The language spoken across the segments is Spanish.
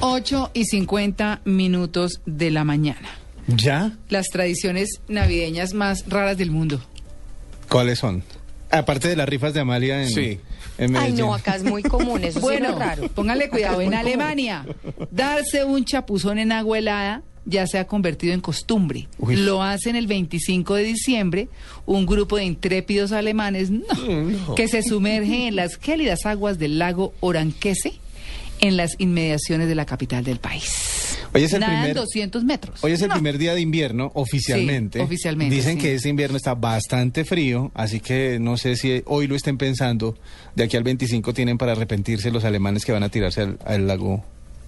8 y 50 minutos de la mañana. ¿Ya? Las tradiciones navideñas más raras del mundo. ¿Cuáles son? Aparte de las rifas de Amalia en, Sí. en Ay, Medellín. no, acá es muy común, eso sí Bueno, es raro. póngale cuidado, en Alemania, darse un chapuzón en agua helada ya se ha convertido en costumbre. Uy. Lo hacen el 25 de diciembre un grupo de intrépidos alemanes no, que se sumergen en las gélidas aguas del lago Oranquese en las inmediaciones de la capital del país. Hoy es el Nadan primer- 200 metros. Hoy es el No. primer día de invierno, oficialmente. Sí, oficialmente, Dicen sí. que este invierno está bastante frío, así que no sé si hoy lo estén pensando. De aquí al 25 tienen para arrepentirse los alemanes que van a tirarse al, al lago.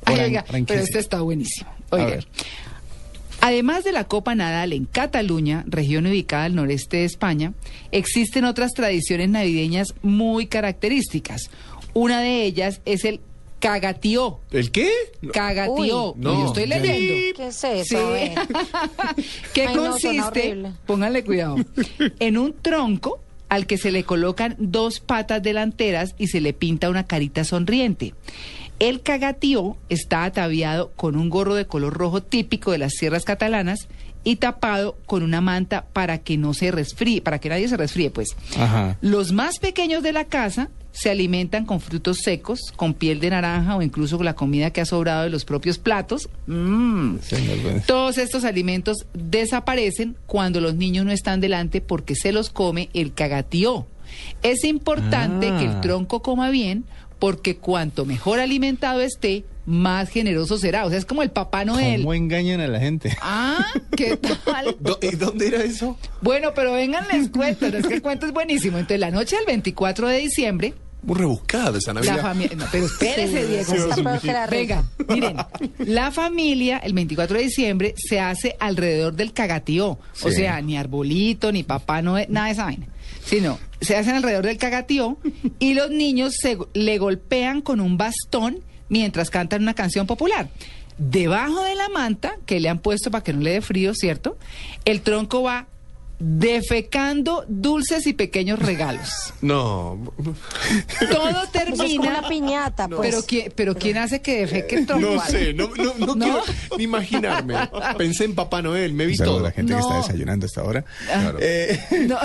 Ay, Oran- oiga, pero Oranquese. este está buenísimo. A Oiga. ver. Además de la Copa Nadal en Cataluña, región ubicada al noreste de España, existen otras tradiciones navideñas muy características. Una de ellas es el cagatío. ¿El qué? Cagatío. Uy, no, yo estoy ya- leyendo. ¿Qué es eso? Sí. A ver. que Ay, no, suena consiste, horrible. pónganle cuidado, en un tronco al que se le colocan dos patas delanteras y se le pinta una carita sonriente. El cagatío está ataviado con un gorro de color rojo típico de las sierras catalanas y tapado con una manta para que no se resfríe, para que nadie se resfríe, pues. Ajá. Los más pequeños de la casa se alimentan con frutos secos, con piel de naranja o incluso con la comida que ha sobrado de los propios platos. Mm. Señor Gómez. Todos estos alimentos desaparecen cuando los niños no están delante porque se los come el cagatío. Es importante Ah. que el tronco coma bien porque cuanto mejor alimentado esté, más generoso será. O sea, es como el Papá Noel. ¿Cómo engañan a la gente? Ah, ¿qué tal? ¿Dó- ¿Y dónde era eso? Bueno, pero vengan, les cuento. no, Es que el cuento es buenísimo. Entonces, la noche del 24 de diciembre, Muy rebuscada esa la Navidad. familia... pero espérese, Diego. Está peor que la Venga, miren, la familia el 24 de diciembre se hace alrededor del cagatío. O Sí. sea, ni arbolito, ni papá, no, nada de esa vaina. Sino, se hacen alrededor del cagatío y los niños se, go- le golpean con un bastón mientras cantan una canción popular. Debajo de la manta que le han puesto para que no le dé frío, ¿cierto? El tronco va defecando dulces y pequeños regalos. No. Todo Eso es como termina. una piñata, pues. Pero, ¿quién, pero ¿quién hace que defeque el tronco? No sé, no, no, ¿No? no, quiero ni imaginarme. Pensé en Papá Noel, me vi Saludo todo. a la gente que está No. desayunando hasta ahora. Claro. Eh, No,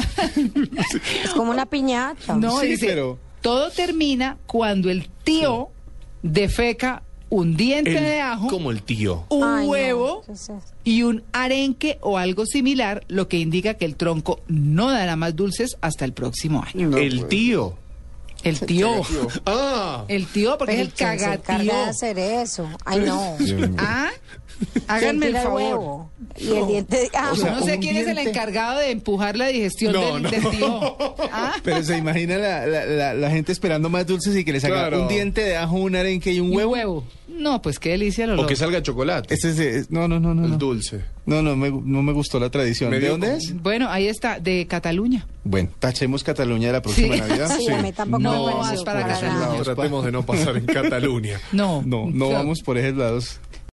Es como una piñata. no Sí, dice, pero- todo termina cuando el tío defeca un diente de ajo, como el tío. un Ay, no, huevo ¿qué es eso? y un arenque o algo similar, lo que indica que el tronco no dará más dulces hasta el próximo año. pues. el tío. El tío, Ah. el tío, porque Pero es el ¿quién Pues se encarga cagatío. de hacer eso? Ay, no. Ah, ¿Quién háganme el tira favor. huevo? Y el diente de Ah, ajo. Yo no sé un quién es el diente. encargado de empujar la digestión No, del, no. del tío. Ah, pero se imagina la, la- la- la gente esperando más dulces y que les haga Claro. un diente de ajo, un arenque y y un un huevo. huevo. No, pues qué delicia el O olor. que salga chocolate. Este es, de- no, no, no, no. el no. dulce. No, no me, no me gustó la tradición. Me ¿De dio dónde como- es? Bueno, ahí está, de Cataluña. Bueno, tachemos Cataluña de la próxima Sí. Navidad. Sí, a mí tampoco No, me pareció es para para esos Cataluña. lados, pa- Tratemos de no pasar en Cataluña. No, No, no Fla- vamos por esos lados.